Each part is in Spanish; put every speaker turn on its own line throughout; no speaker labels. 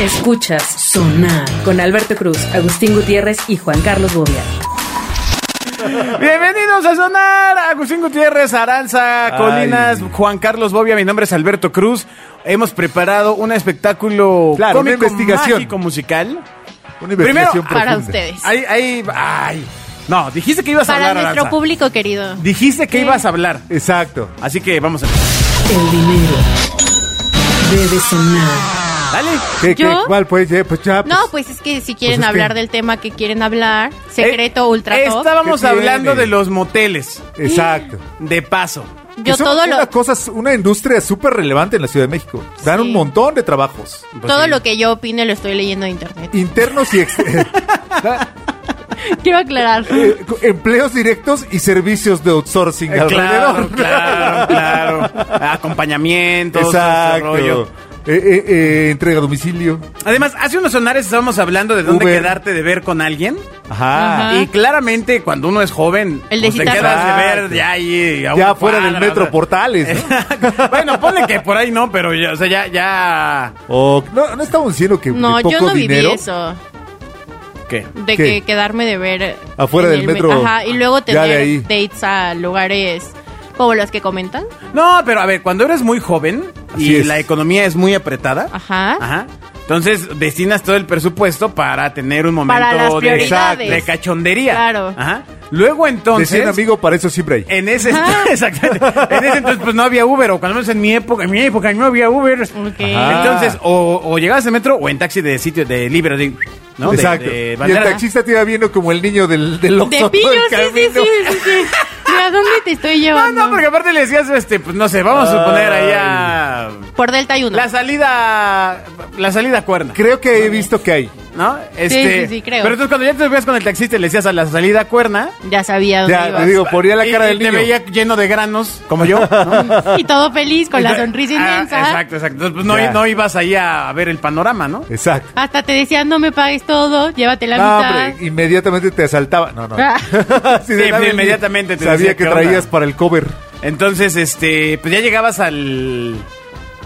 Escuchas Sonar con Alberto Cruz, Agustín Gutiérrez y Juan Carlos Bobia.
Bienvenidos a Sonar, Agustín Gutiérrez, Aranza, Colinas, Juan Carlos Bobia, mi nombre es Alberto Cruz. Hemos preparado un espectáculo
Claro, una
cómico,
investigación.
mágico, musical.
Una investigación
Primero,
profunda.
para ustedes.
Ay, ay, ay. No, dijiste que ibas a
Para
hablar,
nuestro
Aranza.
público querido.
Dijiste que
Sí.
ibas a hablar.
Exacto.
Así que vamos a...
El dinero debe sonar.
Dale.
¿Qué, qué,
¿Yo?
cuál? Pues, eh, pues ya,
No,
pues,
pues es que si
es
quieren
que-
hablar del tema que quieren hablar, secreto
Eh,
ultra top,
Estábamos
¿Qué tiene?
hablando de los moteles,
Exacto.
de paso.
pues, yo
Que son
todo lo
una cosa- una industria súper relevante en la Ciudad de México. Dan
Sí.
un montón de trabajos.
todo lo que yo opine lo estoy leyendo en internet.
Internos y ex-
Quiero aclarar.
eh, empleos directos y servicios de outsourcing
Eh, Claro,
alrededor.
claro, claro. Acompañamientos, todo ese rollo.
Exacto. Eh, eh, eh, entrega a domicilio.
Además, hace unos sonares estábamos hablando de dónde
Uber.
quedarte de ver con alguien.
Ajá.
Ajá.
Y claramente, cuando uno es joven,
El de
pues, te
citarlo.
quedas de ver
Exacto.
ya ahí. a
Ya
una
fuera del
cuadra,
metro
o sea.
Portales. ¿no?
bueno, ponle que por ahí no, pero ya, o sea, ya, ya.
O- no, no estamos diciendo que de
No,
poco
yo no viví
dinero.
eso.
¿Qué?
De
¿Qué?
que quedarme de ver.
Afuera
en
del
el me-
metro.
Ajá, y luego
Ya de ahí.
tener dates a lugares como los que comentan.
No, pero a ver, cuando eres muy joven y
Así es.
la economía es muy apretada,
Ajá.
ajá, entonces destinas todo el presupuesto para tener un momento
Para las
de,
prioridades.
de cachondería.
Claro.
Ajá. Luego entonces.
Decían, amigo, para eso siempre hay.
En ese, exactamente. En ese entonces, pues no había Uber, o cuando menos en mi época, en mi época no había Uber.
Ok.
Ajá.
Entonces, o, o llegabas en metro o en taxi de sitio de libre, así, ¿no? De-
Exacto.
de
y el
bandera.
taxista te iba viendo como el niño del, del Oxxo
De
todo el
pillo, sí, sí,
camino.
sí, sí, sí. ¿De a dónde te estoy
No,
llevando?
Ah, no, porque aparte le decías, este, pues no sé, vamos a suponer
Ay.
allá
Por Delta hay uno.
la salida, la salida cuerna,
Creo que he visto que hay.
¿no? Este,
sí, sí, creo.
Pero entonces cuando ya te veías con el taxista y le decías a la salida cuerna,
Ya sabía dónde
Ya,
ibas.
te digo, ponía la
y-
cara
y
del niño.
te veía lleno de granos, como yo, ¿no?
Y todo feliz, con la sonrisa
Ah,
inmensa.
exacto, exacto. Entonces, pues, no,
Ya.
no ibas ahí a ver el panorama, ¿no?
Exacto.
Hasta te decían, no me pagues todo, llévate la
No,
mitad.
hombre, inmediatamente te asaltaba. No, no.
Ah.
Sí, de
Sí,
nada,
inmediatamente te decía,
Sabía que
¿qué onda?
traías para el cover.
Entonces, este, pues ya llegabas al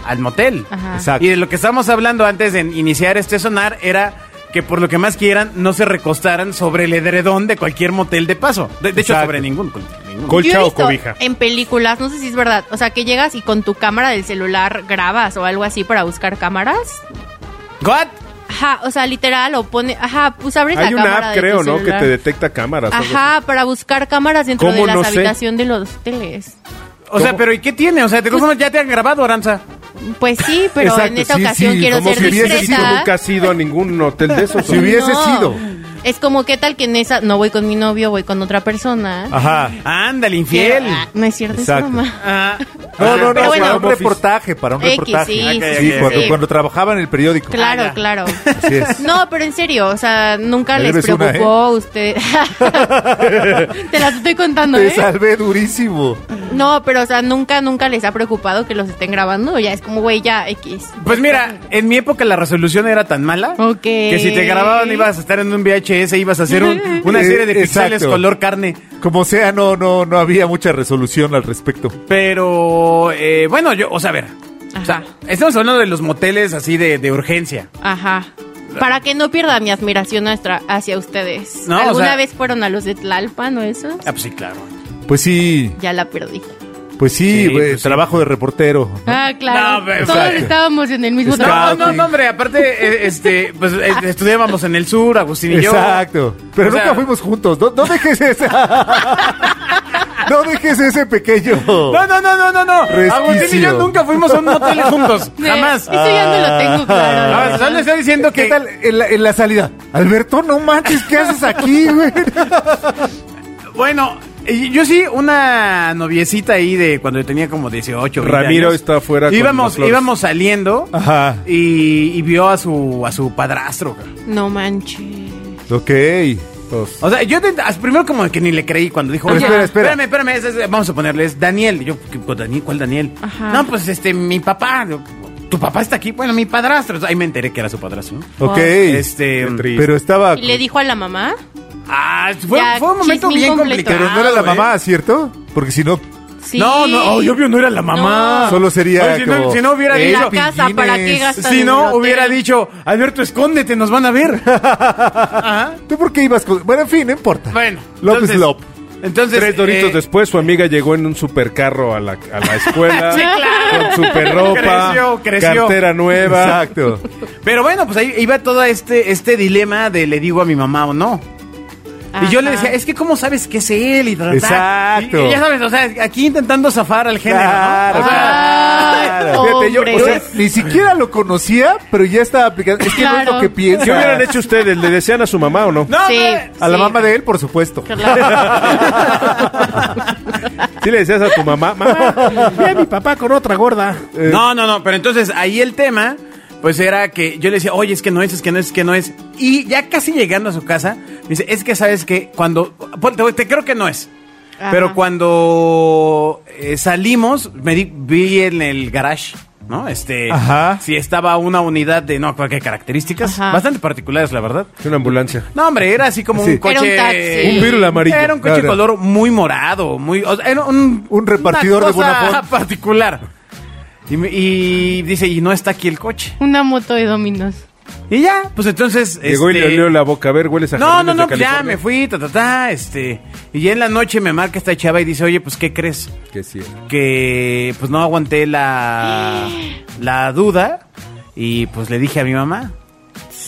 al motel.
Ajá.
Exacto.
Y de lo que estábamos hablando antes de iniciar este sonar era que por lo que más quieran no se recostaran sobre el edredón de cualquier motel de paso. De, de hecho,
Exacto.
sobre ningún. con- ningún.
Col- colcha
Yo he
o
visto
cobija.
En películas, no sé si es verdad. O sea, que llegas y con tu cámara del celular grabas o algo así para buscar cámaras.
¿What?
Ajá, o sea, literal, o pone. Ajá, pues abres
Hay
la
una
cámara.
app,
de tu
creo, ¿no? Que
celular.
te detecta cámaras. algo
Ajá, para buscar cámaras dentro
¿Cómo
de las
no sé?
habitaciones de los hoteles.
O sea, pero ¿y qué tiene? O sea, de
Pues-
todos modos, ya te han grabado, Aranza.
Pues sí, pero en
Exacto,
esta
sí,
ocasión
sí,
así.
quiero
Como
ser
si hubiese
discreta.
sido, nunca has ido a ningún hotel de esos.
Si
¿no?
hubiese sido.
Es como, ¿qué tal que en esa. No voy con mi novio, voy con otra persona.
Ah,
Ajá.
Ándale, infiel.
Ah, No es cierto,
Exacto.
es broma.
Ah.
No, no, no,
Pero bueno.
para un
Home office.
reportaje, para un
X,
reportaje.
sí,
sí,
Sí,
sí,
cuando,
sí.
cuando trabajaba en el periódico.
Claro,
Ah, ya.
claro.
Así es.
No, pero en serio, o sea, nunca
Me
les
debes una, ¿eh?
preocupó usted. Te las estoy contando,
Te
¿eh?
salvé durísimo.
No, pero o sea, nunca, nunca les ha preocupado que los estén grabando. Ya es como, güey, ya X.
Pues mira, en mi época la resolución era tan mala
Ok.
que si te grababan ibas a estar en un VHS, ibas a hacer un- una
Eh,
serie de pixeles
exacto.
color carne.
Como sea, no, no, no había mucha resolución al respecto.
Pero eh, bueno, yo, o sea, a ver. O sea,
Ajá.
estamos hablando de los moteles así de, de urgencia.
Ajá. Para que no pierda mi admiración nuestra- hacia ustedes.
No, o
¿Alguna
sea-
vez fueron a los de Tlalpan o eso?
Ah, pues sí, claro.
Pues sí,
Ya la perdí.
pues sí,
Sí,
güey,
pues sí.
trabajo de reportero.
Ah, claro.
No, pero-
Todos
Exacto.
estábamos en el mismo
Está-
trabajo.
No, no, no, hombre, aparte, eh, este, pues eh, estudiábamos en el sur, Agustín y yo.
Exacto. Pero
O sea,
nunca fuimos juntos. No, no dejes esa. no dejes ese pequeño.
No, no, no, no, no, no.
Resquicio.
Agustín y yo nunca fuimos a un motel juntos.
Eh,
Jamás.
Eso ya no lo tengo claro.
Ah, solo le estoy diciendo
¿Qué
que.
tal en la, en la salida? Alberto, no manches, ¿qué haces aquí, güey?
Bueno, eh, yo sí, una noviecita ahí de cuando yo tenía como 18. 20
Ramiro
años.
está afuera con
Íbamos,
las flores.
íbamos saliendo
Ajá.
y, y vio a su, a su padrastro. cara.
No manches.
Ok.
O sea, yo te- as- primero como que ni le creí cuando dijo,
Pero
"Oye,
espera, espera.
espérame, espérame, es- es- vamos a ponerle, es Daniel. Y yo, "¿Qué- cu- Daniel, ¿cuál Daniel?
Ajá.
No, pues este, mi papá, Yo, tu papá está aquí, bueno, mi padrastro. Ahí me enteré que era su padrastro. ¿no?
Ok.
Este,
Qué triste.
Pero estaba.
¿Y le dijo a la mamá?
ah, fue,
Ya,
fue un momento
chismín
bien
completo.
complicado.
"Ah,
Pero no era la
¿eh?
mamá, ¿cierto? Porque si no.
Sí.
No, no, oh, yo obvio no era la mamá.
No.
Solo sería
Ah. Oye, si, no,
como,
si no hubiera
"Eh,
La
dicho...
casa, ¿para qué
pillines".
gastas
Si
en el
no,
hotel?
hubiera dicho, Alberto, escóndete, nos van a ver. Ajá.
¿Tú por qué ibas con.? Bueno, en fin, no importa.
Bueno.
Lop
entonces-
es lop.
Entonces...
Tres doritos
eh,
después, su amiga llegó en un supercarro a la, a la escuela.
Sí, claro.
Con superropa.
Creció, creció.
Cartera nueva.
Exacto.
Pero bueno, pues ahí iba todo este, este dilema de le digo a mi mamá o no. Y yo le
Ajá.
decía, es que cómo sabes que es él y tratar.
Exacto.
Y, y ya sabes, o sea, aquí intentando zafar al género,
Claro,
¿no? O sea,
Ah,
Fíjate, yo, o sea,
hombre.
ni siquiera lo conocía, pero ya estaba aplicando. Es que no es
Claro.
lo que piensa.
¿Qué hubieran hecho ustedes? ¿Le decían a su mamá o no?
no,
Sí,
hombre.
A la
sí.
mamá de él, por supuesto.
¿Sí le decías a tu mamá? Mamá, vi a mi papá con otra gorda.
Eh.
Eh,
No, no, no, pero entonces ahí el tema, pues era que yo le decía, oye, es que no es, es que no es, es que no es. Y ya casi llegando a su casa, me dice, es que sabes que cuando, pon- te, te creo que no es.
Ajá.
Pero cuando eh, salimos, me di- vi en el garage, ¿no? Este,
Ajá.
si estaba una unidad de, no, qué características,
Ajá.
bastante particulares, la verdad.
Es una ambulancia.
No, hombre, era así como
Sí.
un coche.
Era un taxi.
Un virul amarillo.
Era un coche
Claro.
color muy morado, muy. o sea, era un,
Un repartidor
una
de
cosa
Bonafont.
particular. Y, me- y dice, y no está aquí el coche.
Una moto de dominos.
Y ya, pues entonces.
Llegó y
este,
le olió la boca. A ver, hueles a
No, no, no,
jardines de
pues ya
California.
me fui, ta, ta, ta, este. Y ya en la noche me marca esta chava y dice, oye, pues, ¿qué crees?
Que sí.
Que pues no aguanté la. la duda. Y pues le dije a mi mamá.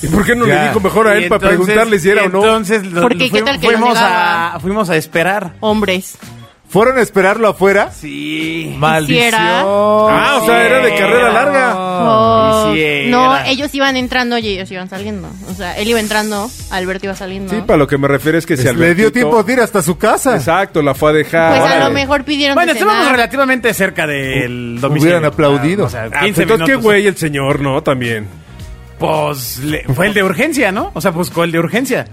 ¿Y por qué no
Ya.
le dijo mejor a
Y
él
entonces-
para preguntarle si era o no?
Entonces lo-
Porque, ¿qué
fuim-
tal que lo
fuimos,
negaba?
a, fuimos a esperar.
Hombres.
Fueron a esperarlo afuera.
Sí.
Quisiera.
Ah, o sea, era de carrera larga.
Oh,
Quisiera.
no, ellos iban entrando y ellos iban saliendo. O sea, él iba entrando, Alberto iba saliendo.
Sí, para lo que me refiero es que si
Le dio
Albertito-
tiempo de ir hasta su casa.
Exacto, la fue a dejar.
pues a
Órale.
lo mejor pidieron
Bueno,
de
estábamos
cenar.
relativamente cerca del domicilio.
Hubieran aplaudido.
O sea,
Ah,
15
entonces, qué
minutos.
güey el señor, ¿no? También.
Pues le- fue el de urgencia, ¿no? O sea, buscó el de urgencia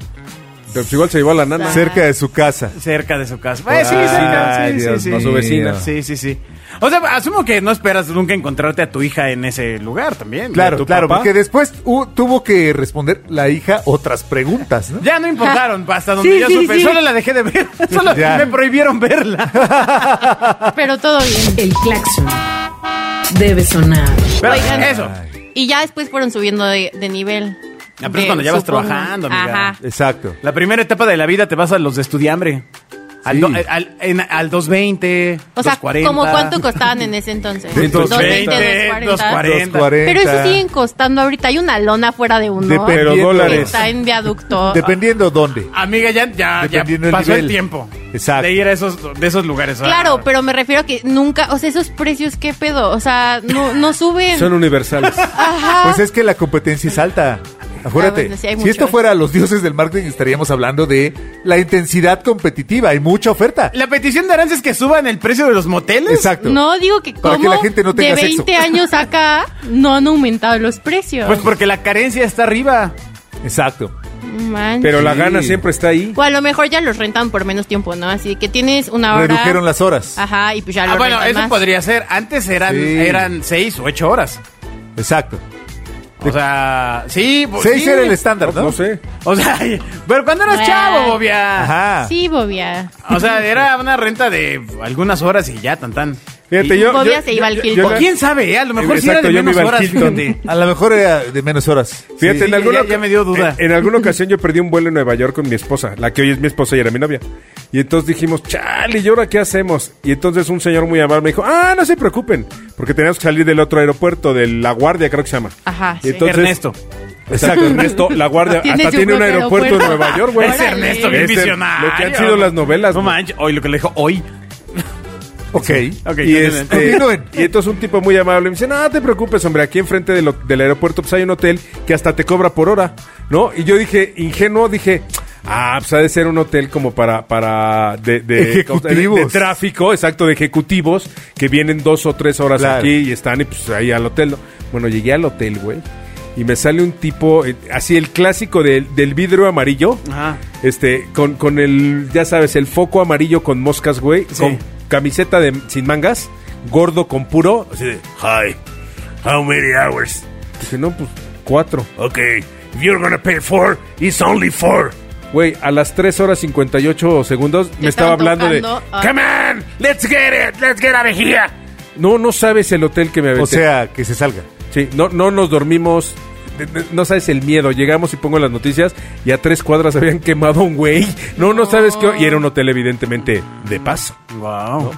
Pero pues igual se llevó a la nana.
Cerca de su casa.
cerca de su casa. Eh, sí,
Pues,
Ay,
cerca. Sí,
Dios
sí, sí.
mío. A su vecina.
Sí, sí, sí. O sea, asumo que no esperas nunca encontrarte a tu hija en ese lugar también.
Claro,
tu
claro,
papá?
porque después uh, tuvo que responder la hija otras preguntas, ¿no?
Ya no importaron hasta donde
Sí,
yo
sí,
supe.
sí.
Solo la dejé de ver. Solo
Ya.
me prohibieron verla.
Pero todo bien.
El claxon debe sonar.
Pero
Oigan.
eso.
Y ya después fueron subiendo de, de nivel.
Ah, pero es
De-
cuando ya vas
supongo.
trabajando, amiga.
Ajá.
Exacto.
La primera etapa de la vida te vas a los de estudiambre. Al,
Sí.
do- al, al- en- al 220,
O sea,
240.
¿como cuánto costaban en ese entonces?
220,
220, 240.
240.
240.
Pero eso siguen costando ahorita. Hay una lona fuera de uno.
Dependiendo-
Pero
que
dólares.
está en viaducto.
Dependiendo dónde.
Amiga, ya, ya, ya
Dependiendo del
pasó el
nivel.
tiempo
Exacto.
de ir a esos, de esos lugares.
Claro, pero me refiero a que nunca, o sea, esos precios, ¿qué pedo? O sea, no, no suben.
Son universales.
Ajá.
Pues es que la competencia es alta. Acuérdate,
Ah, bueno, sí hay
si
mucho.
esto fuera los dioses del marketing estaríamos hablando de la intensidad competitiva, hay mucha oferta.
La petición de Aranza es que suban el precio de los moteles.
Exacto.
No, digo que
Para
como
que la gente no tenga
de 20
sexo.
años acá no han aumentado los precios.
Pues porque la carencia está arriba.
Exacto.
Manches.
Pero la
Sí.
gana siempre está ahí.
O a lo mejor ya los rentan por menos tiempo, ¿no? Así que tienes una hora.
Redujeron las horas.
Ajá, y pues ya lo
Ah, bueno,
rentan
eso
más.
podría ser. Antes eran,
Sí.
eran seis o ocho horas.
Exacto.
O sea, sí. bo-
Seis
sí.
era el estándar, ¿no?
No sé.
O sea, pero cuando eras
Ay.
chavo, bobia.
Ajá.
Sí, Bobia.
O sea, era una renta de algunas horas y ya, tan tan.
Fíjate,
Y-
yo.
Bobia
yo-
se iba al
yo-
Hilton.
yo
O
la-
quién sabe, eh, a lo mejor si era
Exacto,
de
yo me
menos
iba al
horas.
Hilton.
fíjate.
A lo mejor era de menos horas.
Fíjate,
Sí,
en
ya-
alguna
ya- ya me dio duda.
En, en alguna ocasión yo perdí un vuelo en Nueva York con mi esposa, la que hoy es mi esposa y era mi novia. Y entonces dijimos, chale, ¿y ahora qué hacemos? Y entonces un señor muy amable me dijo, ah, no se preocupen, porque teníamos que salir del otro aeropuerto, de La Guardia, creo que se llama.
Ajá, sí.
Y entonces-
Ernesto.
Exacto, Ernesto, La Guardia,
Tiene
hasta
su
tiene un
propio
aeropuerto, en
aeropuerto.
Nueva York, güey.
Es
Órale.
Ernesto, bien
Es el-
visionario.
Lo que han sido las novelas.
No
güey.
manches, hoy lo que le dijo hoy.
Ok.
Ok,
y,
ya entendí.
este,
Continúen.
y entonces un tipo muy amable me dice, no te preocupes, hombre, aquí enfrente de lo- del aeropuerto pues hay un hotel que hasta te cobra por hora, ¿no? Y yo dije, ingenuo, dije, ah, pues ha de ser un hotel como para, para de, de-
Ejecutivos.
de- de tráfico, exacto, de ejecutivos que vienen dos o tres horas
Claro.
aquí y están y pues ahí al hotel. ¿no? Bueno, llegué al hotel, güey. Y me sale un tipo, eh, así el clásico del- del vidrio amarillo,
Ajá.
este, con, con el, ya sabes, el foco amarillo con moscas, güey.
Sí.
Con camiseta de, sin mangas, gordo con puro.
Así de, hi, how many hours?
Dije, no, pues cuatro.
Okay, if you're gonna pay four, it's only four.
Güey, a las 3 horas 58 segundos me
estaban
estaba hablando de...
tocando, ah.
¡Come on! ¡Let's get it! ¡Let's get out of here! No, no sabes el hotel que me aventé.
O sea, que se salga.
Sí, no, no nos dormimos. de- de- No sabes el miedo. Llegamos y pongo las noticias y a tres cuadras habían quemado a un güey. No, no, sabes qué. Y era un hotel, evidentemente, de paso.
Wow.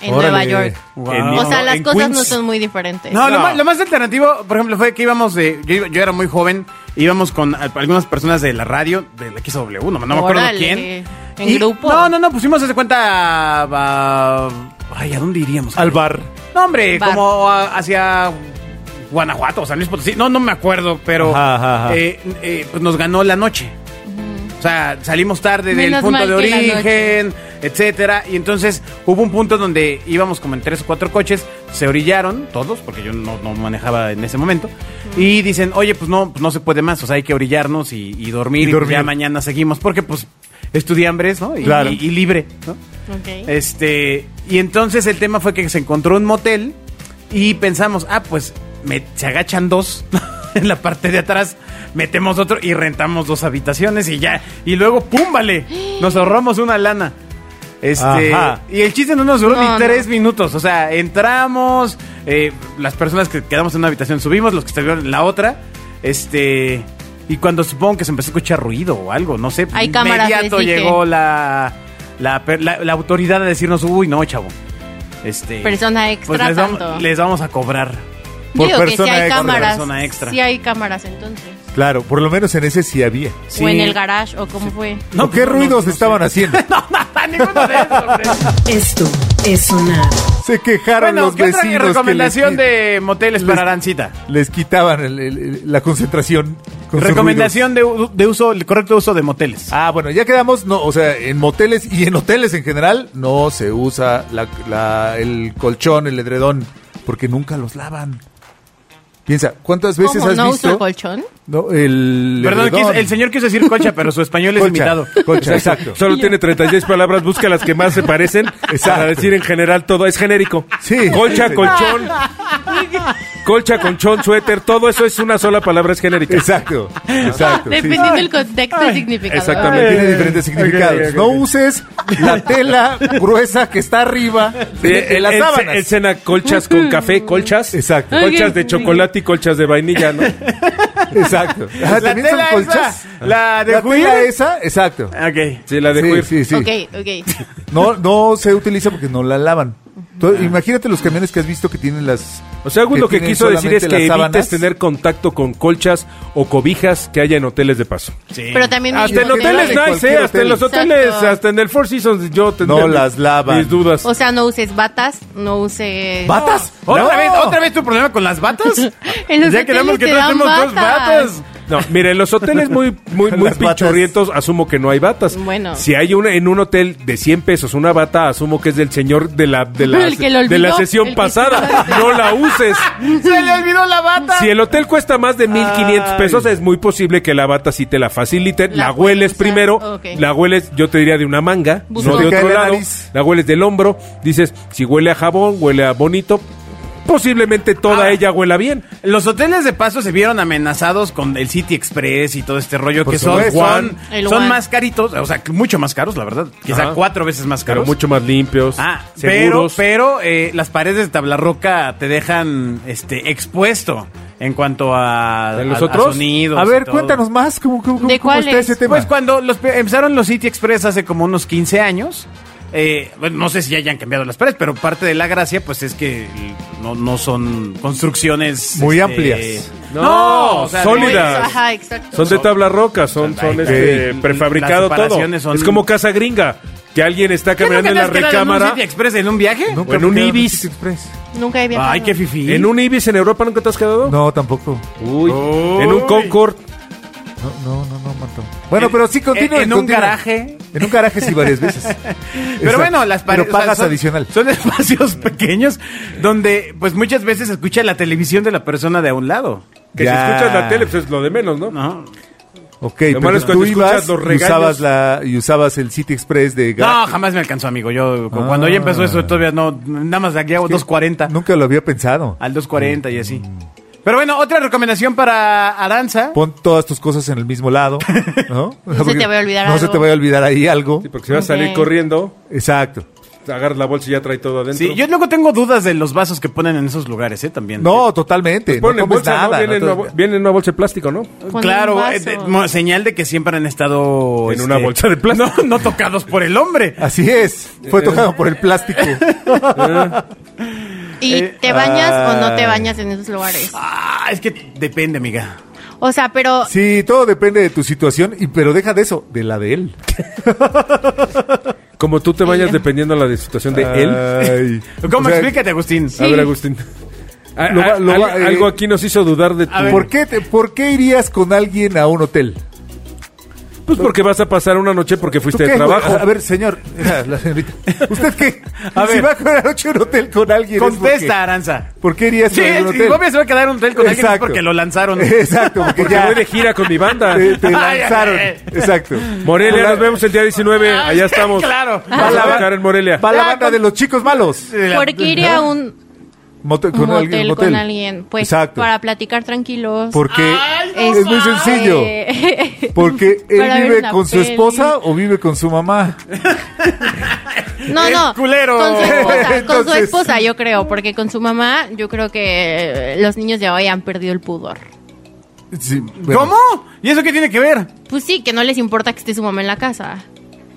en
Órale.
Nueva York.
Wow.
En-
O sea,
no,
las
en
cosas no
Queens.
son muy diferentes.
No, Lo, más, lo más alternativo, por ejemplo, fue que íbamos de. Yo, iba- yo era muy joven, íbamos con al- algunas personas de la radio, de la XW, no, no me acuerdo
Órale.
quién.
¿En
Y-
grupo?
No, no, no, pusimos hace cuenta. a- a- ay, ¿a dónde iríamos?
Al bar.
No, hombre,
Bar.
como a- hacia Guanajuato, San Luis Potosí. No, no me acuerdo, pero
Ajá, ajá, ajá.
eh, eh, pues nos ganó la noche. O sea, salimos tarde del
Menos
punto
mal
de
que la
origen, etcétera. Y entonces hubo un punto donde íbamos como en tres o cuatro coches, se orillaron todos, porque yo no, no manejaba en ese momento. Y dicen, oye, pues no, pues no se puede más, o sea, hay que orillarnos y, y dormir.
Y
Y, pues
dormir.
ya mañana seguimos, porque pues estudiambres, ¿no? Y,
Claro.
y- y libre, ¿no?
Ok.
Este, y entonces el tema fue que se encontró un motel y pensamos, ah, pues me- se agachan dos en la parte de atrás, metemos otro y rentamos dos habitaciones y ya. Y luego, ¡pum! vale, Nos ahorramos una lana. Este,
Ajá.
y el chiste no nos duró
No,
ni
no.
tres minutos. O sea, entramos, eh, las personas que quedamos en una habitación subimos, los que estuvieron en la otra. Este. Y cuando supongo que se empezó a escuchar ruido o algo, no sé.
Hay cámaras, les
Inmediato
dije.
llegó la, la, per- la- la autoridad a decirnos, uy, no, chavo. Este,
Persona extra
pues les, vamos,
tanto.
les vamos a cobrar.
Por
Digo que sí
persona
hay
extra.
cámaras.
Persona extra.
Sí hay cámaras entonces.
Claro, por lo menos en ese sí había.
Sí.
O en el garage, o cómo fue.
¿O ¿Qué
pues,
ruidos
no sé.
estaban haciendo?
No, nada, Ah, ninguno de esos. hombre.
Esto es sonar.
Se quejaron
bueno,
los
¿qué
vecinos.
otra recomendación
que les,
de moteles
les-
para Arancita?
les quitaban el- el- el- la concentración. con sus
Recomendación de, u- de uso, el correcto uso de moteles.
ruidos. Ah, bueno, ya quedamos, no, o sea, en moteles y en hoteles en general no se usa la- la- el colchón, el edredón, porque nunca los lavan. Piensa, ¿cuántas veces
¿Cómo?
has
¿No usa
visto?
colchón?
No, el
Perdón,
edredón.
quiso- el señor quiso decir colcha, pero su español es
Colcha,
limitado.
Colcha, exacto.
Solo tiene 36 palabras, busca las que más se parecen para decir en general todo. Es genérico.
Sí.
Colcha,
Sí, sí.
colchón. Colcha, colchón, suéter, todo eso es una sola palabra, es genérica.
Exacto, exacto. sí.
Dependiendo del contexto y significado.
exactamente.
Tiene
Ay,
diferentes
ok,
significados.
ok, ok.
No uses la tela gruesa que está arriba de,
Sí,
de
él-
las
él-
sábanas.
él cena colchas con café, colchas.
Exacto.
Colchas
Ok.
de chocolate y colchas de vainilla, ¿no?
Exacto. Ah, también son
tela
colchas.
esa, la de
la tela
juir.
esa, exacto.
Ok.
Sí, la de
sí,
Juir.
sí, sí.
Ok, ok.
No, no se utiliza porque no la lavan. Tú- imagínate los camiones que has visto que tienen las.
Ah. O sea, Gus, lo que
tienen
quiso decir es
solamente
que
las
evites
sábanas.
tener contacto con colchas o cobijas que haya en hoteles de paso.
Sí.
Pero también
Hasta en
mismo te-
hoteles
de
nice,
cualquier
eh, hasta en
hotel.
los
Exacto.
hoteles, hasta en el Four Seasons yo tendría
No
mis-
las lavan.
Mis dudas.
O sea, no uses batas, no uses...
¿Batas?
¿Otra,
No.
vez, ¿Otra vez tu problema con las batas?
En los
ya quedamos
hoteles
que
te
todos
dan
tenemos dos
batas.
batas.
No, mire, en los hoteles muy, muy, muy
Las batas.
pichorrientos asumo que no hay batas.
Bueno.
Si hay una en un hotel de 100 pesos una bata, asumo que es del señor de la, de la,
El que lo olvidó,
de la sesión
el que
pasada.
se lo
No la uses.
¡Se le olvidó la bata!
Si el hotel cuesta más de 1500
Ay.
pesos, es muy posible que la bata sí te la faciliten. La,
La
hueles
puedes usar,
primero,
ok.
la hueles, yo te diría de una manga,
Buzón.
no de
Te cae
otro
la
lado.
nariz.
La hueles del hombro, dices, si huele a jabón, huele a bonito, posiblemente toda
Ah.
ella huela bien.
Los hoteles de paso se vieron amenazados con el City Express y todo este rollo
Por
que son,
supuesto.
son,
El
son
One.
más caritos, o sea, mucho más caros, la verdad. Quizá
Ajá.
cuatro veces más
Pero
caros.
mucho más limpios,
Ah, pero,
seguros.
pero eh, las paredes de tabla roca te dejan este expuesto en cuanto a,
¿En los
a- a
otros?
sonidos.
A
y
ver,
todo.
cuéntanos más. ¿Cómo, cómo, cómo
¿De
cómo está
cuáles?
ese tema?
Pues cuando los, pe- empezaron los City Express hace como unos 15 años, eh, bueno, no sé si ya hayan cambiado las paredes, pero parte de la gracia pues es que no, no son construcciones... este,
Muy amplias.
No,
No,
o sea,
sólidas.
muy-
Ajá, exacto.
Son de tabla roca, son,
Son-
son
ahí
este,
está.
prefabricado
Las
todo.
separaciones son-
Es como casa gringa, que alguien está
¿Qué,
caminando
nunca
en
te
la
has quedado en
recámara.
un City Express en un viaje?
Nunca
o en
me
un
quedaron
Ibis.
City Express.
Nunca he viajado.
Ay, qué fifí.
¿En un Ibis en Europa nunca te has quedado?
No, tampoco.
Uy.
Uy.
En un Concord.
No, no, no, no, Mató. Bueno, pero sí continúen.
en un
continúen.
garaje.
En un garaje sí varias veces.
Pero
Exacto.
bueno, las paredes.
Pero pagas
o sea, son-
adicional.
Son espacios pequeños donde, pues muchas veces se escucha la televisión de la persona de a un lado.
Que
Ya.
si escuchas la tele, pues es lo de menos, ¿no?
¿No?
Ok,
Lo
pero
malo es
tú
cuando escuchas
ibas
los
y
regaños.
usabas, la, y usabas el City Express de
No,
garaje.
jamás me alcanzó, amigo. Yo, cu-
Ah.
cuando ya empezó eso, todavía no. Nada más aquí hago
Es que
240. Ah.
Nunca lo había pensado.
Al 240 y así. Pero bueno, otra recomendación para Aranza.
Pon todas tus cosas en el mismo lado, ¿no?
No se
Porque
te vaya a olvidar
No se
algo.
te vaya a olvidar ahí algo.
Sí, porque si vas a salir
Ok.
corriendo,
Exacto.
agarras la bolsa y ya trae todo adentro.
Sí, yo luego tengo dudas de los vasos que ponen en esos lugares, ¿eh? También.
No, totalmente.
Ponle
no
en
comes
Pues
nada.
bolsa, ¿no? Viene,
no
en
te-
una, bol- viene en una bolsa de plástico, ¿no?
Con un
Claro,
vaso.
eh, de- mo- señal de que siempre han estado
Pues
En una bolsa de plástico.
No, no tocados por el hombre.
Así es. Fue tocado por el plástico.
¿Y
eh,
te bañas o no te bañas en esos lugares?
Ah, es que depende, amiga.
O sea, pero
Sí, todo depende de tu situación, y pero deja de eso, de la de él.
Como tú te bañas dependiendo de la situación
Ah,
de él.
Ay.
¿Cómo?
O sea,
Explícate, Agustín.
A ver, Agustín. A-
Lo va-
a-
lo
al-
va- eh,
algo aquí nos hizo dudar de tu...
¿Por qué, te- ¿Por qué irías con alguien a un hotel?
Pues porque vas a pasar una noche porque
¿Tú
fuiste de
qué, güey?
trabajo.
A ver, señor, la la señorita. ¿Usted qué?
A
si
ver.
va a comer anoche a un hotel con alguien. es porque-
Contesta, Aranza.
¿Por qué irías
Sí,
a un
es-
hotel?
Bobia se va a quedar en un hotel con alguien es
Exacto.
porque lo lanzaron.
Exacto, porque,
Porque
ya
voy de gira con mi banda.
te, te
Ay,
lanzaron.
ay, ay.
Exacto.
Morelia,
Hola.
nos vemos el día 19. Allá estamos.
Ah, Claro.
Vamos a tocar en Morelia.
Va la banda de los chicos malos.
¿por qué ir a un
Mote-
motel
motel.
con alguien? Pues
Exacto.
para platicar tranquilos. Este,
Porque es muy sencillo.
sencillo.
Porque él
Para ver
vive
una
con su
peli.
esposa o vive con su mamá.
No,
¡El
no.
culero!
Con su esposa, con su
Entonces-
esposa, yo creo, porque con su mamá, yo creo que eh, los niños de hoy han perdido el pudor.
Sí, bueno.
¿Cómo? ¿Y eso qué tiene que ver?
Pues sí, que no les importa que esté su mamá en la casa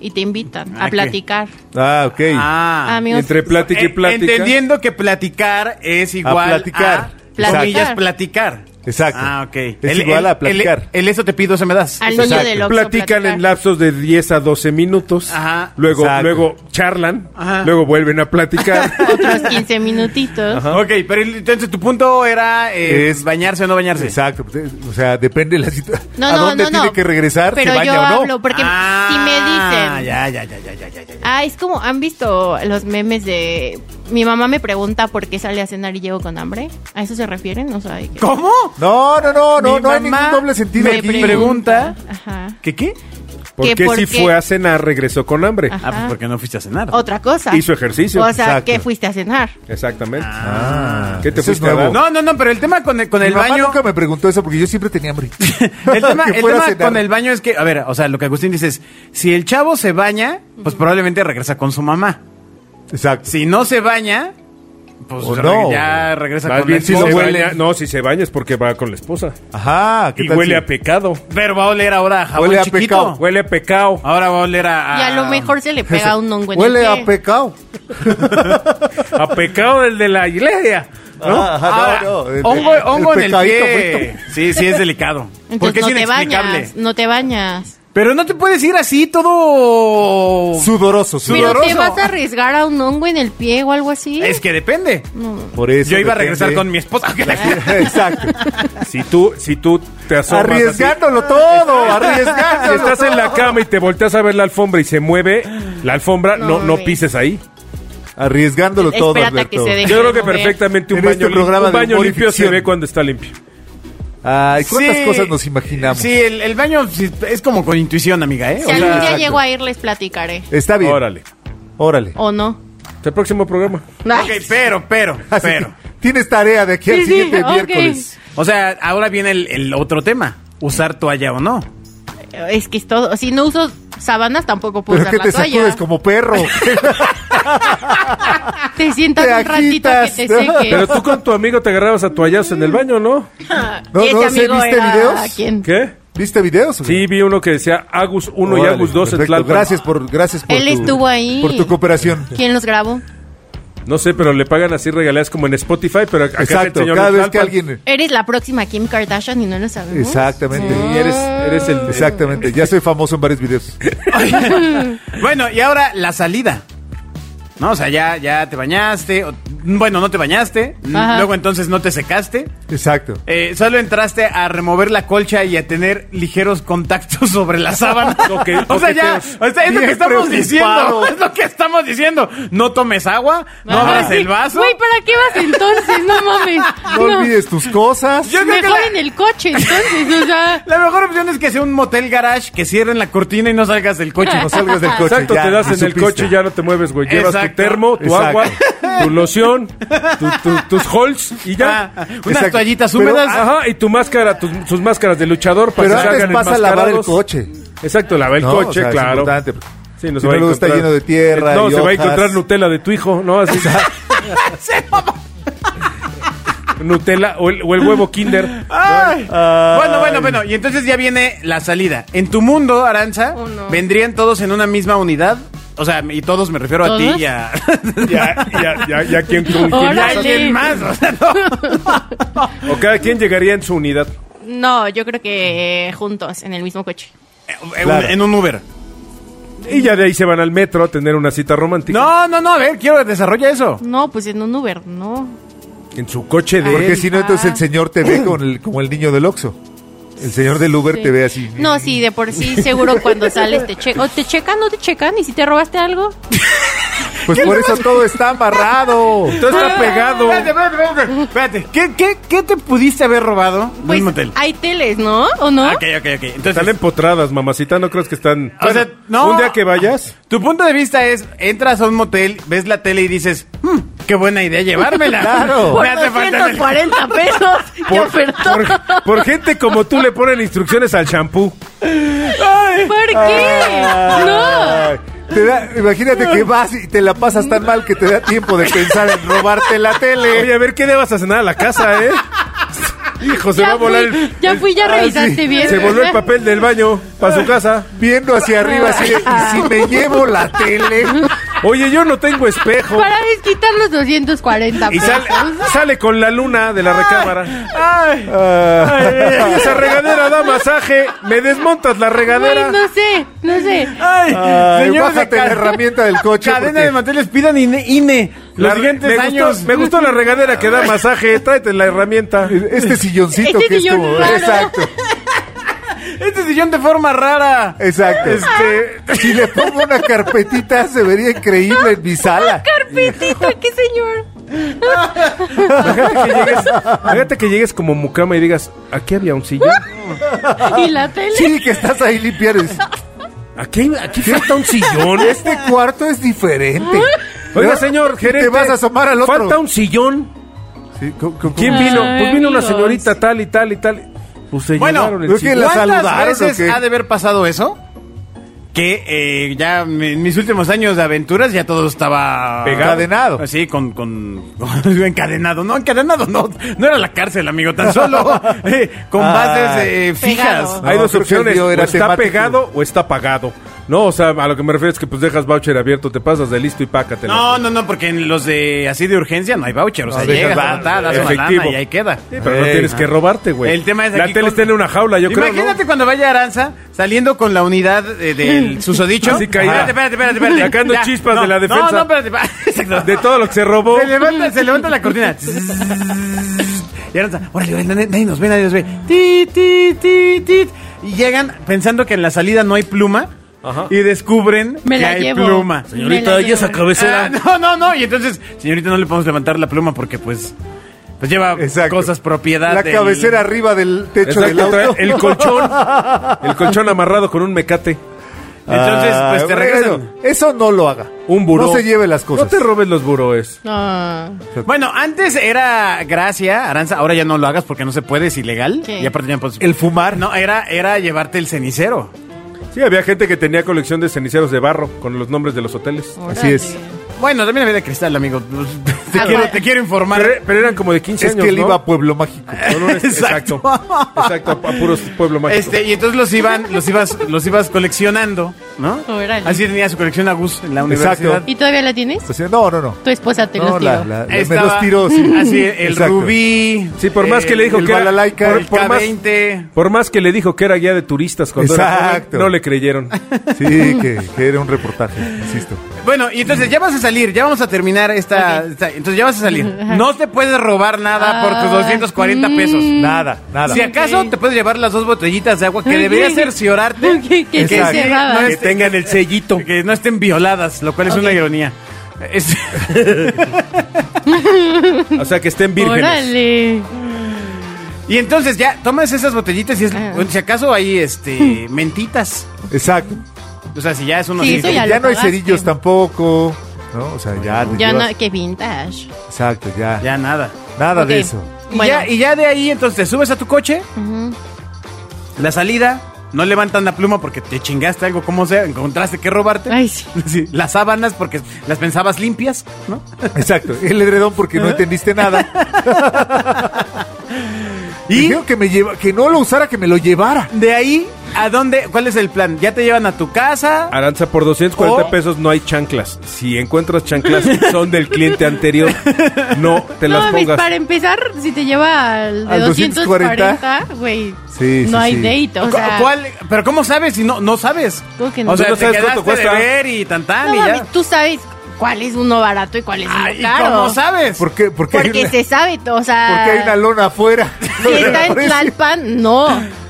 y te invitan
Ah,
a
¿qué?
platicar.
Ah, ok.
Ah.
Amigos,
Entre plática y
Eh,
plática.
Entendiendo que platicar es igual a
platicar.
Platicar.
comillas, platicar.
Exacto.
Ah, ok.
Es igual a platicar.
El, el eso te pido, se me das.
al niño
Exacto.
del Oxxo
Platican
platicar.
en lapsos de 10 a 12 minutos.
Ajá.
Luego,
Exacto.
luego charlan.
Ajá.
Luego vuelven a platicar.
Otros 15 minutitos.
Ok, pero el- entonces tu punto era eh,
Es-
bañarse o no bañarse.
Exacto. pues, eh, O sea, depende de la situación.
No,
¿A
no,
dónde
no, no.
tiene que regresar?
Pero
¿Se baña
yo
o no?
hablo, porque
Ah,
si me dicen.
Ya, ya, ya, ya, ya, ya, ya.
Ah, es como, ¿han visto los memes de mi mamá me pregunta por qué sale a cenar y llego con hambre? ¿A eso se refieren? O sea, de que-
¿Cómo?
No, no, no, no,
Mi
no hay
mamá
ningún doble sentido
me
aquí.
pregunta.
Ajá.
¿Qué qué?
Porque
por
si
qué?
fue a cenar, regresó con hambre.
Ajá.
Ah, pues porque no fuiste a cenar.
Otra cosa.
Hizo ejercicio.
O sea,
Exacto.
que fuiste a cenar.
Exactamente.
Ah,
¿Qué te
eso es
fuiste a
nuevo.
No,
dar?
no, no, pero el tema con el, con
Mi
el
mamá
baño.
nunca me preguntó eso porque yo siempre tenía hambre.
El tema,
Que
el
fuera a
tema
cenar.
con el baño es que, a ver, o sea, lo que Agustín dice es: si el chavo se baña, pues probablemente regresa con su mamá.
Exacto.
Si no se baña, pues
O
re-
no.
ya regresa
Más
con la
bien si
esposa.
se
huele.
baña. No, si se baña es porque va con la esposa.
Ajá. ¿qué
Y
tal
huele
si-
a pecado.
Pero va a oler ahora a jabón
Huele a
chiquito.
pecado.
Huele a pecado.
Ahora va a oler a,
Y a lo mejor se le pega un hongo en el
Huele
pie.
a pecado.
A pecado del de la iglesia. ¿No?
Ah,
Ahora,
no, no, el-
hongo, hongo en el
pecadito
pie.
fue-
Sí, sí, es delicado. Porque
Entonces
es
no te
inexplicable.
bañas, no te bañas.
Pero no te puedes ir así todo...
Sudoroso,
Pero
sudoroso.
te vas a arriesgar a un hongo en el pie o algo así.
Es que depende.
Por eso
Yo iba a
depende.
regresar con mi esposa.
Exacto. Ah.
Si tú, si tú te asomas así-
Arriesgándolo todo,
Si
arriesgándolo.
estás en la cama y te volteas a ver la alfombra y se mueve la alfombra, no,
No,
no,
güey.
pises ahí.
Arriesgándolo todo.
Espérate a que
Alberto.
se deje
Yo creo
de
que
mover.
perfectamente un
En
baño,
este
lim-
programa
un
de
baño
humor y
limpio se
ficción.
ve cuando está limpio.
Ay, cuántas
Sí.
cosas nos imaginamos.
Sí, el, el baño sí, es como con intuición, amiga, ¿eh? O
Si algún
sea,
día
exacto.
llego a ir, les platicaré.
Está bien.
Órale.
Órale.
¿O no?
Hasta el próximo programa.
ok, pero, pero,
Así que
pero.
tienes tarea de aquí al
Sí, sí,
siguiente
ok.
miércoles.
O sea, ahora viene el, el otro tema. Usar toalla o no.
Es que es todo. Si no uso sábanas, tampoco puedo
Pero
usar
que
la
te
toalla.
sacudes como perro.
Te sientas
te
un ratito a que te
agitas.
seque.
Pero tú con tu amigo te agarrabas a toallas en el baño, ¿no?
No,
¿Y ese
no sé,
amigo
¿viste
era
videos?
quién?
¿Qué?
¿Viste videos? o qué?
Sí, vi uno que decía Agus 1 y
Órale,
Agus 2 en
perfecto.
Tlalpan.
Gracias por, gracias por
Él estuvo ahí.
Por tu cooperación.
¿Quién los grabó?
No sé, pero le pagan así regalías como en Spotify, pero acá está el
Exacto,
señor
cada
de
vez que
Tlalpan.
alguien...
Eres la próxima Kim Kardashian y no lo sabemos.
Exactamente.
Sí, eres, eres el...
Exactamente, ya soy famoso en varios videos.
Bueno, y ahora la salida. ¿No? O sea, ya, ya te bañaste. o- bueno, no te bañaste. mm,
Ajá.
Luego entonces no te secaste.
Exacto.
Eh, solo entraste a remover la colcha y a tener ligeros contactos sobre la sábana.
Ok,
o sea, ya,
coqueteos.
o sea, es lo
Bien
que estamos
preocupado.
diciendo. Es lo que estamos diciendo. No tomes agua, no
Ajá.
abras el
Ah, Sí.
vaso.
Güey, ¿para qué vas entonces? No mames.
No olvides tus cosas.
Yo creo que
Mejor
la-
en el coche, entonces, o sea.
La mejor opción es que sea un motel garage, que cierren la cortina y no salgas del coche.
No salgas del coche.
Exacto,
ya,
te das
y
en el
supiste.
coche y ya no te mueves, güey. Llevas tu
Exacto.
termo, tu
Exacto.
agua, tu loción, tu- tu- tus holz y ya.
Ah, unas
Exacto, ah,
toallitas
Pero,
húmedas.
ajá, y tu máscara, tus, sus máscaras de luchador para
Pero
que
antes
salgan
pasa a lavar el
enmascarados.
coche.
Exacto, lava el
No,
coche,
o sea, es
claro.
importante.
Sí,
Si
no se va a
no, luego está
encontrar-
lleno de tierra
No,
y
se va a
hojas.
encontrar Nutella de tu hijo, ¿no? Así. Nutella o el, o el huevo Kinder.
Ay. Bueno, bueno, bueno. Y entonces ya viene la salida. En tu mundo, Aranza,
Oh, no.
¿vendrían todos en una misma unidad? O sea, y todos me refiero a ti
¿Todos?
y a...
Ya, ya, ya, ya, ¿quién con quién?
y a
Órale.
alguien más. O sea, no.
O cada quien llegaría en su unidad.
No, yo creo que eh, juntos, en el mismo coche.
En un- En un Uber.
Y ya de ahí se van al metro a tener una cita romántica.
No, no, no. A ver, quiero que desarrolle eso.
No, pues en un Uber, no.
En su coche de
Porque
él.
si no, entonces el señor te ve con el, como el niño del Oxxo. El señor del Uber
Sí.
te ve así.
No, sí, de por sí seguro cuando sales te checan. O te checan, no te checan. Y si te robaste algo,
Pues por eso todo está amarrado.
Todo
Ah.
está pegado.
Espérate, espérate, espérate, espérate. ¿Qué, qué, qué te pudiste haber robado de
pues
un motel?
hay teles, ¿no? ¿O no?
Ah, Ok, ok, ok.
Están
Entonces,
empotradas, mamacita, no crees que están...
O sea, no.
Un día que vayas...
tu punto de vista es, entras a un motel, ves la tele y dices, "Hmm, qué buena idea llevármela.
Claro.
Por
Me hace falta... en el-
240 pesos. Te ofertó.
por- por gente como tú le ponen instrucciones al champú.
¿Por qué? No.
Ah.
Ay, te da- imagínate que vas y te la pasas tan mal que te da tiempo de pensar en robarte la
Oye,
tele.
a ver, ¿qué debas a cenar a la casa, eh? Hijo, se
Ya
va a volar
fui,
el...
ya fui, ya
Ah,
revisaste bien.
Se volvió el papel del baño para su casa.
Viendo hacia arriba así, de, y si me llevo la tele.
Oye, yo no tengo espejo.
Para desquitar los 240
Y
pesos.
sale, sale con la luna de la recámara.
Ay.
Ay, Esa regadera da masaje. Me desmontas la
Güey,
regadera.
no sé, no sé.
Ay,
Ay,
señores de
bájate la
ca-
herramienta del coche.
Cadena
porque-
de moteles, pidan INE, INE los
La-
siguientes
me
años.
Gustó, me gustó la regadera que da masaje. Tráete la herramienta.
Este silloncito
Este
que
sillón
es como.
raro.
Exacto,
Este sillón de forma rara.
exacto. Si le pongo una carpetita, se vería increíble en mi sala.
Ah, Carpetita, qué señor.
Imagínate que llegues, imagínate que llegues como mucama y digas, aquí había un sillón.
Y la tele.
Sí, que estás ahí limpiando. y dices,
Aquí, aquí falta un sillón.
Este cuarto es diferente.
Oiga, señor,
Y Te
gerente.
vas a asomar al otro.
Falta un sillón.
Sí, ¿cómo- cómo-
¿Quién
Ay,
vino? Pues vino una
amigos.
señorita tal y tal y tal. Pues se
Bueno,
llevaron el
creo que
sillón.
la
¿Cuántas
saludaron,
veces
o qué?
ha de haber pasado eso? Que eh, ya en mis últimos años de aventuras ya todo estaba...
Pegado.
Encadenado.
Sí, con, con, con- encadenado. No, encadenado no. No era la cárcel, amigo. Tan solo eh, con
Ah.
bases eh, fijas.
Pegado.
Hay
No, creo
dos
que el
opciones,
mío
o
era
está
temático.
pegado o está pagado. No, o sea, a lo que me refiero es que pues dejas voucher abierto, te pasas de listo y pácatela.
No, no, no, porque en los de así de urgencia no hay voucher. O sea,
dejas
llegas,
la-
la, das una
efectivo.
lana y ahí queda.
Sí, pero no
Ey,
tienes que robarte, güey.
El tema es
La
aquí
tele
con-
está en una jaula, yo creo, ¿no?
Imagínate cuando vaya Aranza saliendo con la unidad eh, del susodicho.
Así caída.
Espérate, espérate, espérate, espérate.
Sacando chispas de la defensa.
No, no, espérate. pa- Exacto.
De todo lo que se robó.
Se levanta, se levanta la cortina. Y Aranza, órale, órale, nadie, nadie nos ve, nadie nos ve. Ti, ti, ti, ti. Y llegan pensando que en la salida no hay pluma.
Ajá.
Y descubren
Me
que
la
hay
llevo.
pluma.
Señorita, Me la llevo. esa
Ah, no, no, no. Y entonces, señorita, no le podemos levantar la pluma porque pues. Pues lleva
Exacto.
cosas propiedad.
La
del-
cabecera arriba del techo
Exacto,
del auto.
trae el colchón. El colchón amarrado con un mecate.
Entonces,
Ah,
pues te regresan.
bueno, eso no lo haga.
Un buró.
No se lleve las cosas.
No te robes los buroes.
No.
Bueno, antes era gracia, Aranza, ahora ya no lo hagas porque no se puede, es ilegal.
Sí.
Y aparte ya pues,
El fumar.
No, era, era llevarte el cenicero.
Sí, había gente que tenía colección de ceniceros de barro con los nombres de los hoteles.
Así es.
Órale.
Bueno, también había de cristal, amigo. Te,
Ah,
quiero,
bueno.
te quiero informar.
Pero, pero eran como de 15
Es
años,
que él
¿no?
iba a Pueblo Mágico.
Con un- Exacto. Exacto, a a puros pueblo mágico.
Este, y entonces los iban, los ibas, los ibas coleccionando, ¿no?
Órale.
Así tenía su colección a Gus en la universidad.
Exacto.
¿Y todavía la tienes?
Pues, no, no, no.
Tu esposa te
No,
los
la-
tiró.
Ah,
la- me
Estaba-
los tiró, sí.
Así, el
Exacto.
rubí.
Sí, por más que le dijo
el
que era-
balalaika,
por-
el
por más-
K20.
Por más que le dijo que era guía de turistas cuando era joven,
Exacto.
no le creyeron.
Sí, que, que era un reportaje, insisto.
Bueno, y entonces ya vas a salir, ya vamos a terminar esta. esta- entonces ya vas a salir. No te puedes robar nada por tus
Ah,
240
mm.
pesos.
Nada, nada.
Si acaso
Ok.
te puedes llevar las dos botellitas de agua que deberías cerciorarte
Ok, que
sí,
estén
cerradas.
no
Que
estén-
tengan el sellito.
que no estén violadas, lo cual es una ironía. Es-
O sea, que estén vírgenes.
Órale.
y entonces ya tomas esas botellitas y es,
Ah.
si acaso hay este mentitas.
Exacto.
O sea, si ya es uno así-
Sí, eso
Ya,
ya lo
no hay
pagaste.
cerillos tampoco. ¿no? O sea, ya. te
Ya
llevas-
no, qué vintage.
Exacto, ya.
ya nada.
Nada de
Ok.
eso.
Y,
Bueno.
ya, y ya de ahí, entonces te subes a tu coche,
Ujú.
la salida, no levantan la pluma porque te chingaste algo, como sea, encontraste que robarte.
Ay, sí.
Sí, las sábanas porque las pensabas limpias, ¿no?
Exacto. El edredón porque no entendiste nada. Y
Y
dijo que me lleva, que no lo usara, que me lo llevara.
de ahí, ¿a dónde? ¿Cuál es el plan? ¿Ya te llevan a tu casa?
Aranza, por 240
O-
pesos no hay chanclas. Si encuentras chanclas, son del cliente anterior. No te
No
las
mames,
pongas.
para empezar, si te lleva al de
Al
240, güey,
Sí, sí,
no hay
sí.
date, o
¿Cu-
sea,
¿Cuál? ¿Pero cómo sabes si no, no sabes?
¿Cómo que no?
O sea,
Tú no
te
sabes
quedaste
cuánto cuesta.
de ver y tan tan
no
y ya.
mames, tú sabes cuál es uno barato y cuál es uno
Ay, ¿y
caro.
cómo sabes?
¿Por qué? Porque, hay
Porque
una,
se sabe, o sea,
porque hay una lona afuera.
si está en
Por eso-
Tlalpan, no,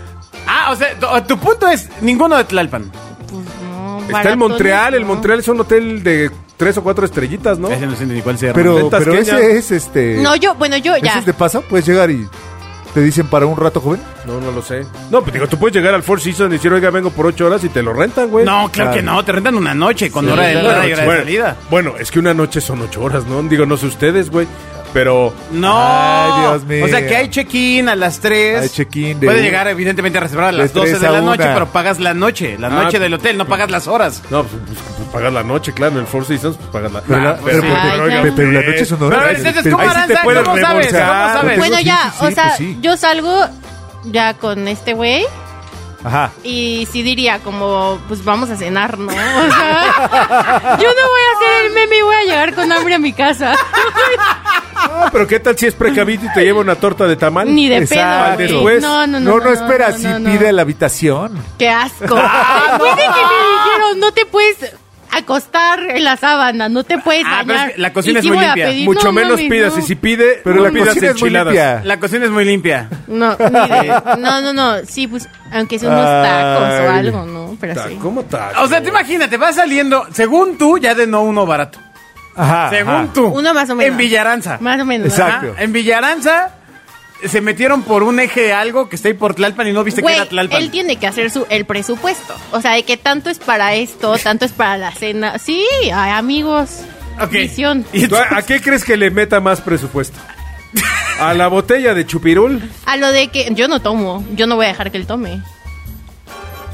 Ah, o sea, tu, tu punto es ninguno de Tlalpan.
pues no,
Está el
baratones,
Montreal. El
no.
Montreal es un hotel de tres o cuatro estrellitas, ¿no?
Ese no sé ni cuál sea.
Pero,
Ventas
pero
Kenia.
ese es este.
No, yo, bueno, yo
¿Ese
ya.
es de pasa? Puedes llegar y te dicen para un rato joven.
No, no lo sé. No, pues digo, tú puedes llegar al Four Seasons y decir, oiga, vengo por ocho horas y te lo rentan, güey.
No, claro que no, te rentan una noche con hora de
Bueno,
entrada y hora de
bueno,
salida.
bueno, es que una noche son ocho horas, ¿no? Digo, no sé ustedes, güey. Pero
No.
Ay, Dios mío.
O sea, que hay check-in a las 3.
Hay check-in de-
Puede llegar, evidentemente, a reservar a
de
las 12
tres
de
a
la noche,
una. pues,
pero pagas la noche, la
Ah,
noche del hotel, no pagas las horas.
No, pues, pues, pues, pagas la noche, claro, en el Four Seasons, pues pagas la
Pero, la,
pues
pero,
sí.
porque-
Ay,
pero-
ya.
pero- pero la noche es una hora.
Pero a ver, entonces, ¿cómo
Pues, Ahí sí te pues,
Aranza?
puedes
¿Cómo sabes?
remolcar.
¿Cómo sabes?
Bueno,
Sí,
ya,
sí, sí,
o sea,
pues sí.
yo salgo ya con este güey
Ajá.
y sí diría como, pues vamos a cenar, ¿no? O sea, yo no voy a hacer el meme y voy a llegar con hambre a mi casa.
Ah, pero ¿qué tal si es precavido y te lleva una torta de tamal?
Ni de
Exacto.
pedo, güey.
Ah, Después,
Ah, No, no, no.
No, no, espera,
no,
si
no, no.
pide la habitación.
Qué asco. Después de que me dijeron, no te puedes acostar en la sábana, no te puedes
Ah, pero es
bañar.
que la cocina
Y
es
sí
muy
voy a
limpia.
pedir,
mucho
no,
menos
mames,
pidas.
no.
Y si pide,
Pero
no
la
pidas
cocina es muy
enchiladas.
limpia.
La cocina es muy limpia.
No, ni de- no, no, no, sí, pues, aunque sea unos tacos o
Ay.
algo, ¿no? Pero
Ta-
sí.
Ah, ¿Cómo está?
O sea, te imagínate, vas saliendo, según tú, ya de no uno barato.
Ajá.
según
ajá.
tú.
Uno más o menos.
En Villaranza.
Más o menos.
Exacto.
Ajá, En Villaranza se metieron por un eje de algo que está ahí por Tlalpan y no viste
Güey,
que era Tlalpan.
él tiene que hacer su, el presupuesto. O sea, de que tanto es para esto, tanto es para la cena. Sí, ay, amigos.
Ok.
Visión.
Y
¿Tú a, a qué crees que le meta más presupuesto? ¿A la botella de chupirul?
A lo de que yo no tomo, yo no voy a dejar que él tome.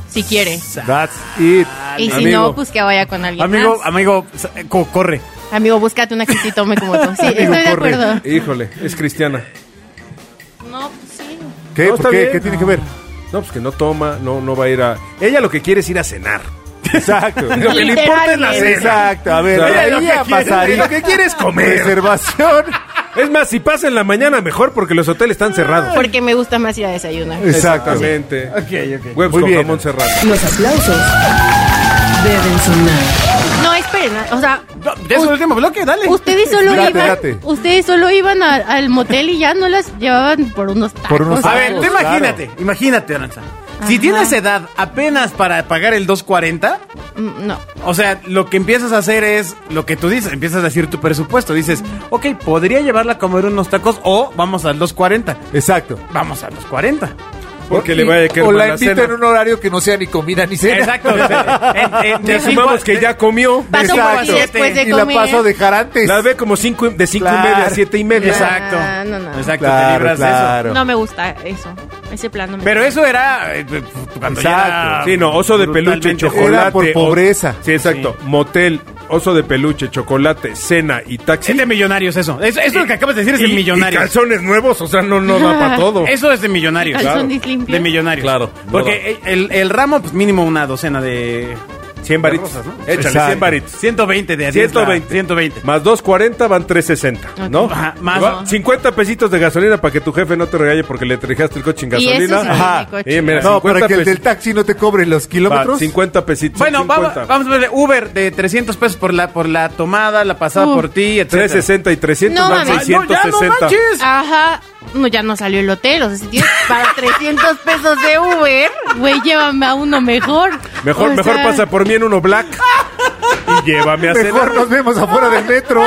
Si quiere.
That's it.
Y si
Amigo.
no, pues que vaya con alguien
Amigo,
más.
amigo, sa- co- corre.
Amigo, búscate una que sí tome como tú. Sí,
Digo,
estoy de
corre.
acuerdo.
Híjole, es cristiana.
No, pues sí.
¿Qué?
No,
¿Por
está
qué?
bien.
¿Qué tiene que ver?
No, pues que no toma, no, no va a ir a. Ella lo que quiere es ir a cenar.
Exacto.
Lo que le
Literal,
importa es la
güey.
cena.
Exacto. A ver,
O sea,
ahí
lo que
ya
quiere-
pasaría.
lo que quiere es comer.
Reservación.
Es más, si pasa en la mañana, mejor porque los hoteles están cerrados.
Porque me gusta más ir a desayunar.
Exactamente.
Ok,
Huevos
Muy
con
bien.
jamón serrano.
Los aplausos deben sonar.
No, esperen. O sea,
Ya es el último bloque, dale.
ustedes solo
Date,
iban,
date.
ustedes solo iban a- al motel y ya no las llevaban por unos tacos.
Por unos
A ver,
Claro,
tú
claro.
imagínate, imagínate, Aranza. Si
Ajá.
tienes edad apenas para pagar el 240,
Mm, No.
o sea, lo que empiezas a hacer es lo que tú dices, empiezas a decir tu presupuesto. Dices, ok, podría llevarla a comer unos tacos o vamos al 240.
Exacto.
Vamos a los 40.
Porque le vaya a quedar
O
mal
la
la
invita
cena.
en un horario que no sea ni comida ni cena.
Exacto. En- en- de
Ya
cinco
sumamos
a-
que ya comió.
Paso por
Exacto.
ti después de
Y la
comer.
paso de jarantes.
La ve como cinco, y- de cinco
Claro.
y media a siete y media.
Exacto.
Ah, no, no.
Exacto, te
Claro,
libras de eso.
claro.
No me gusta eso. Ese plan no me
Pero eso era eh, eh, cuando ya
Exacto.
era
Sí, no, oso de peluche,
brutalmente-
chocolate.
Era por
o-
pobreza.
Sí, exacto. Motel, oso de peluche, chocolate, cena y taxi.
Es
Este
de millonarios eso. Eso, eso lo que acabas de decir es de
Y- Y
millonarios.
calzones nuevos, o sea, no, no da para todo.
Eso es de millonarios.
Calzón
Claro.
dislimpio.
De millonarios.
Claro.
Porque el, el ramo, pues mínimo una docena de.
100 varitos.
rosas, ¿no?
Échale,
Exacto.
100 varitos.
120 de a 10 la-
120.
120.
Más 240 van 360, ¿no?
Ok.
Ajá, más-
Va- 50 pesitos de gasolina para que tu jefe no te regañe porque le trajeaste el coche en
Y
gasolina.
eso sí,
Ajá.
mi coche.
Eh, mira,
No, para
50
que el del
pes-
taxi no te cobre los
Va,
kilómetros.
50 pesitos.
Bueno,
50.
vamos, vamos a ver Uber de 300 pesos por la, por la tomada, la pasada
Uh.
por ti, etcétera.
360 y 300
No
van
mames.
Ay, no, ya, no
660.
manches.
Ajá. No, ya no salió el hotel. O sea, si tienes para 300 pesos de Uber, güey, llévame a uno mejor.
Mejor,
O
mejor
sea,
pasa por mí en uno black y llévame a
Mejor
cenar.
nos vemos afuera del metro.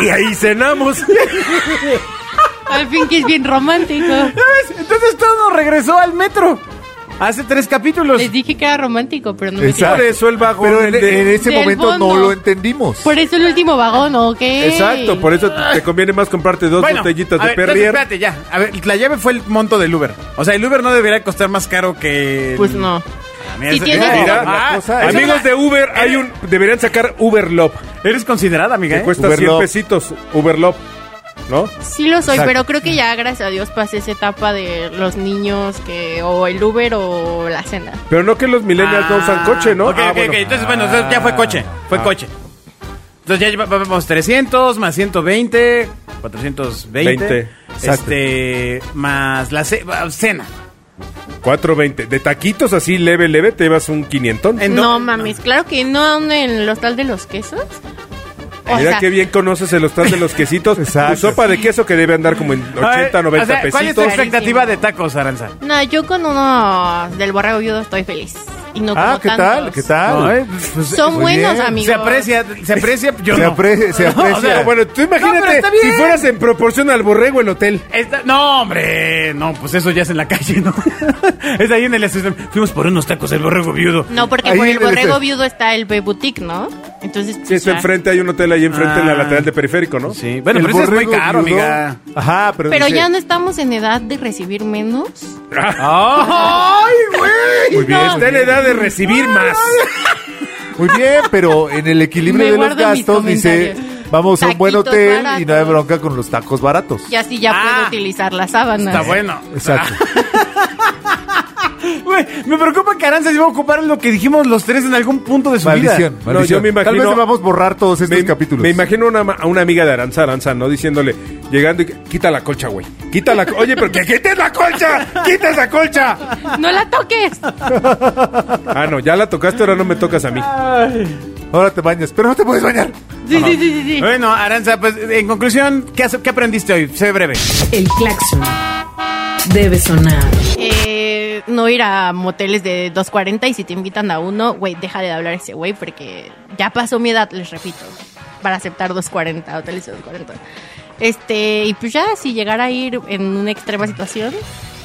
Y ahí cenamos.
Al fin que es bien romántico.
¿Sabes? Entonces todo regresó al metro. Hace tres capítulos.
Les dije que era romántico, pero no me
Exacto.
Por eso el vagón
Pero en,
de-
en ese
del
momento no
fondo.
lo entendimos.
Por eso el último vagón, ¿ok?
Exacto, por eso te- te conviene más comprarte dos
Bueno,
botellitas
a
de
ver, entonces,
Perrier.
espérate, ya. A ver, la llave fue el monto del Uber. O sea, el Uber no debería costar más caro que. el-
Pues no.
Ah, mira,
Si
ese-
tienes-
mira,
Mira,
ah,
la cosa es-
esa-
Amigos de Uber, hay un deberían sacar Uber Love,
Eres considerada, amiga.
que
¿eh?
cuesta
Uber
100
Love.
pesitos, Uber Love, ¿no?
Sí lo soy,
Exacto.
pero creo que ya, gracias a Dios, pasé esa etapa de los niños que o el Uber o la cena.
Pero no que los millennials no usan coche, ¿no?
Ok,
Ah,
ok,
bueno. Ah.
ok. Entonces, bueno, entonces ya fue coche. Fue coche. Entonces ya llevamos 300 más 120, 420.
Veinte.
Este, más la ce- ah, cena.
4.20. De taquitos así leve, leve, te llevas un 500.
En
no
dónde-
mames, claro que no ando en el hostal de los quesos. O
Mira
sea,
qué bien conoces el hostal de los quesitos.
Exacto.
Tu sopa de queso que debe andar como en
A ver,
80, 90
o sea, ¿Cuál es tu
pesitos.
extra-
expectativa de tacos, Aranza?
no, yo con uno del borrego viudo estoy feliz. Y no
ah,
como
¿qué tal?
tantos.
¿Qué tal?
Ay, pues,
Son
muy
buenos,
bien.
amigos.
Se aprecia, se aprecia, yo
se
no.
aprecia, se
No, o sea,
aprecia.
Ah, bueno, tú
No, pero
imagínate
está
si
bien.
fueras en proporción al borrego el hotel.
Esta- no, hombre, no, pues eso ya es en la calle, ¿no? es ahí en el estacionamiento. Fuimos por unos tacos del borrego viudo.
No, porque
Ahí
por el
en el
borrego
este.
viudo está el B Boutique, ¿no? Entonces,
Sí, está
ya.
enfrente, hay un hotel ahí enfrente en la
Ah.
lateral de periférico, ¿no?
Sí, bueno,
El
pero eso es muy
borrego
caro,
viudo.
amiga.
Ajá, pero,
Pero
dice-
ya no estamos en edad de recibir menos.
¡Ay, güey!
Muy bien.
No.
Está en edad de recibir más.
Muy bien, pero en el equilibrio de
Me
los
guardo mis
gastos dice,
comentarios.
vamos a un buen
Taquitos
hotel y
baratos.
no hay bronca con los tacos baratos.
Y así ya
Ah.
puedo utilizar las sábanas.
Está bueno.
Exacto.
Güey, me preocupa que Aranza se va a ocupar lo que dijimos los tres en algún punto de su
Maldición,
vida.
No,
maldición.
yo me
Tal
imagino-
vez vamos a borrar todos estos
Me,
capítulos.
me imagino una, ma- a una amiga de Aranza Aranza, ¿no? Diciéndole, llegando y quita la colcha, güey. Quita la co- Oye, pero que quites la colcha, quita esa colcha.
¡No la toques!
Ah, no, ya la tocaste, ahora no me tocas a mí.
Ahora te bañas, pero no te puedes bañar.
Sí, sí, sí, sí, sí.
Bueno, Aranza, pues en conclusión, ¿qué, has- qué aprendiste hoy? Sé breve.
El claxon debe sonar.
Eh, no ir a moteles de 2.40 y si te invitan a uno, güey, deja de hablar ese güey porque ya pasó mi edad, les repito, para aceptar 2.40, hoteles de 2.40. Este, y pues ya, si llegara a ir en una extrema situación,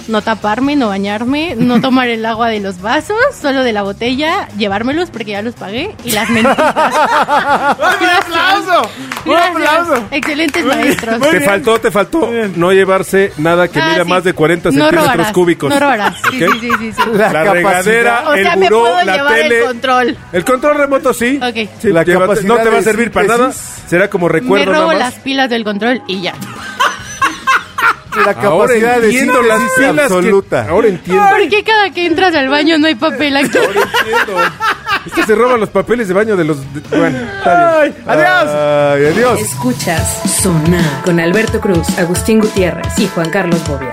no taparme, no bañarme, no tomar el agua de los vasos, solo de la botella, llevármelos porque ya los pagué y las mentiras.
¡Un aplauso! ¡Un
Gracias.
aplauso!
Excelentes
Muy bien,
maestros.
muy
Te
bien.
faltó, te faltó
bien.
no llevarse nada que
Ah,
mida
sí.
más de 40
No
centímetros
robarás,
cúbicos.
No robarás. Sí,
¿Ok?
sí, sí, sí, sí.
La
La
capacidad.
regadera,
O sea,
el
me
buró,
puedo
la
llevar
tele.
el control.
El control remoto sí.
Ok.
Sí,
La
llévate-
capacidad
no te va a
de
servir para nada.
síntesis.
Será como recuerdo
me robo
nada más.
las pilas del control y ya.
La
Ahora
capacidad de
entiendo las
síntesis
pilas que-
absoluta.
Ahora entiendo.
¿Por qué cada que entras al baño no hay papel aquí?
entiendo. Es que se roban los papeles de baño de los. de- bueno, está bien.
Ay, ¡Adiós!
Ay, adiós.
Escuchas Sonar con Alberto Cruz, Agustín Gutiérrez y Juan Carlos Bobia.